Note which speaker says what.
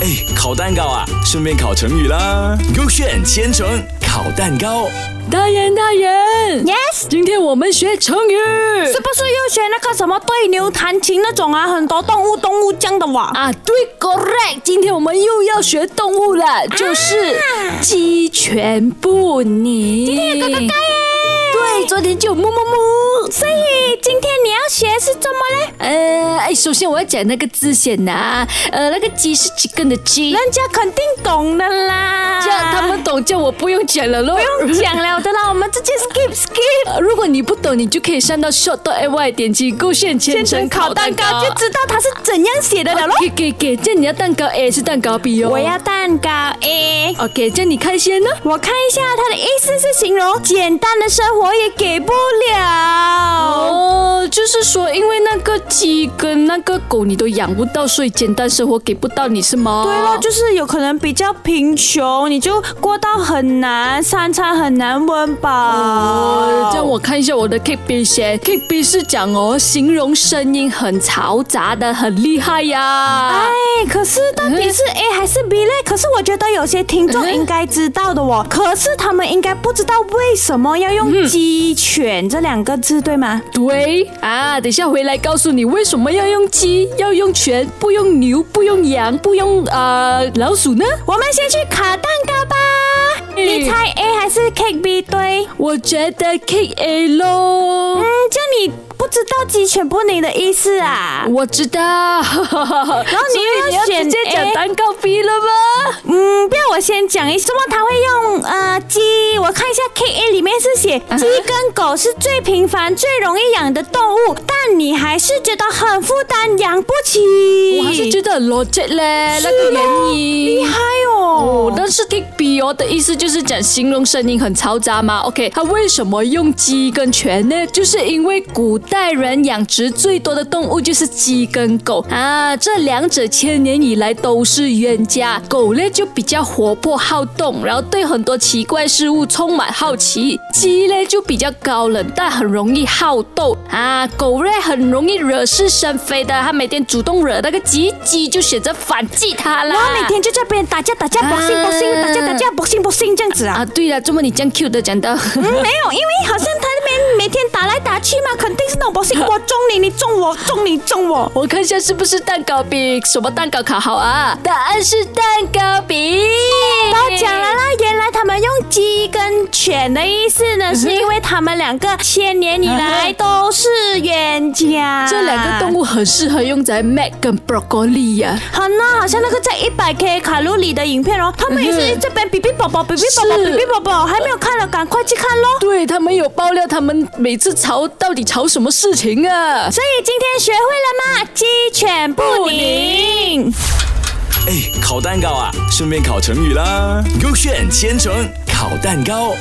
Speaker 1: 哎，烤蛋糕啊，顺便烤成语啦。勾选千层烤蛋糕，
Speaker 2: 大人，大人
Speaker 3: Yes，
Speaker 2: 今天我们学成语。
Speaker 3: 是不是又学那个什么对牛弹琴那种啊？很多动物动物这样的哇。
Speaker 2: 啊，对，correct。今天我们又要学动物
Speaker 3: 啊
Speaker 2: 了，就是鸡犬不宁。今天有哥哥对，昨天就有木木木。
Speaker 3: 所以今天你要学是怎么嘞？
Speaker 2: 呃，哎，首先我要讲那个字先呐、呃，那个鸡是 chicken 的鸡，
Speaker 3: 人家肯定懂的啦。
Speaker 2: 这样他们懂，叫我不用讲了喽。不
Speaker 3: 不用讲了的啦，我们直接 skip skip。
Speaker 2: 呃如果你不懂，你就可以上到 short ay 点击勾选千层烤蛋糕，
Speaker 3: 就知道它是怎样写的了咯。
Speaker 2: 给给给，这样你要蛋糕 A 是蛋糕 B 哦。
Speaker 3: 我要蛋糕 A。
Speaker 2: OK，这样你看先呢。
Speaker 3: 我看一下它的意思是形容简单的生活也给不了。
Speaker 2: 哦，就是说，因为那个鸡跟那个狗你都养不到，所以简单生活给不到你是吗？
Speaker 3: 对了，就是有可能比较贫穷，你就过到很难，三餐很难温饱。
Speaker 2: 哦，这样我看一下我的 K B 先，K B 是讲哦，形容声音很嘈杂的，很厉害呀、啊
Speaker 3: 哎，可是到底是 A 还是 B 嘞？可是我觉得有些听众
Speaker 2: 嗯
Speaker 3: 应该知道的哦，可是他们应该不知道为什么要用“鸡犬”这两个字，对
Speaker 2: 嗯
Speaker 3: 吗？
Speaker 2: 对啊，等一下回来告诉你为什么要用鸡，要用犬，不用牛，不用羊，不用呃老鼠呢？
Speaker 3: 我们先去卡蛋糕吧。
Speaker 2: 嗯
Speaker 3: 你猜 A 还是 Cake B 对？
Speaker 2: 我觉得 K A 咯。
Speaker 3: 嗯，这样你不知道“鸡犬不宁”的意思啊？
Speaker 2: 我知道，然后
Speaker 3: 你又
Speaker 2: 你
Speaker 3: 要
Speaker 2: 要直
Speaker 3: 选
Speaker 2: 接
Speaker 3: A
Speaker 2: 讲蛋糕 B 了吗？
Speaker 3: 嗯，不要我先讲一下，怎么他会用呃鸡？我看一下 K A 里面是写
Speaker 2: 嗯哼
Speaker 3: 鸡跟狗是最频繁、最容易养的动物，但你还是觉得很负担，养不起。
Speaker 2: 我还是觉得很 logic 嘞，那个原
Speaker 3: 厉
Speaker 2: 因。
Speaker 3: 害哦。
Speaker 2: 哦，但是 take B 哦的意思就是讲形容声音很嘈杂嘛。OK，它为什么用鸡跟犬呢？就是因为古代人养殖最多的动物就是鸡跟狗啊，这两者千年以来都是冤家。狗呢就比较活泼好动，然后对很多奇怪事物充满好奇；鸡呢就比较高冷，但很容易好斗啊。狗呢很容易惹是生非的，它每天主动惹那个鸡，鸡就选择反击它啦。
Speaker 3: 然后每天就在边打架打架，
Speaker 2: 呃
Speaker 3: 搏性搏性，打架打架，搏性搏性这样子啊
Speaker 2: 啊，。对了，这么你这样 Q 的讲到，
Speaker 3: 嗯，没有，因为好像他那边每天打来打去嘛，肯定是那 种搏性，我中你，你中我，中你中我。
Speaker 2: 我看一下是不是蛋糕饼，什么蛋糕烤好啊？答案是蛋糕饼。
Speaker 3: 我讲
Speaker 2: 啊
Speaker 3: 了啦，原来他们用鸡跟犬的意思
Speaker 2: 嗯
Speaker 3: 呢，是因为他们两个千年以来都是冤家。
Speaker 2: 这两个动
Speaker 3: 物，
Speaker 2: 物很适合用在 mac 跟 broccoli 啊呀、
Speaker 3: 好哦那好像那个在一百 K 卡路里的影片哦，他们也
Speaker 2: 嗯
Speaker 3: 是
Speaker 2: 哼
Speaker 3: 这边比比宝宝，比比宝宝，
Speaker 2: 嗯是
Speaker 3: 比比宝宝，还没有看了，赶快去看喽。
Speaker 2: 对他们有爆料，他们每次吵到底吵什么事情啊？
Speaker 3: 所以今天学会了吗？鸡犬不宁。
Speaker 1: 哎，烤蛋糕啊，顺便烤成语啦。勾选千层烤蛋糕。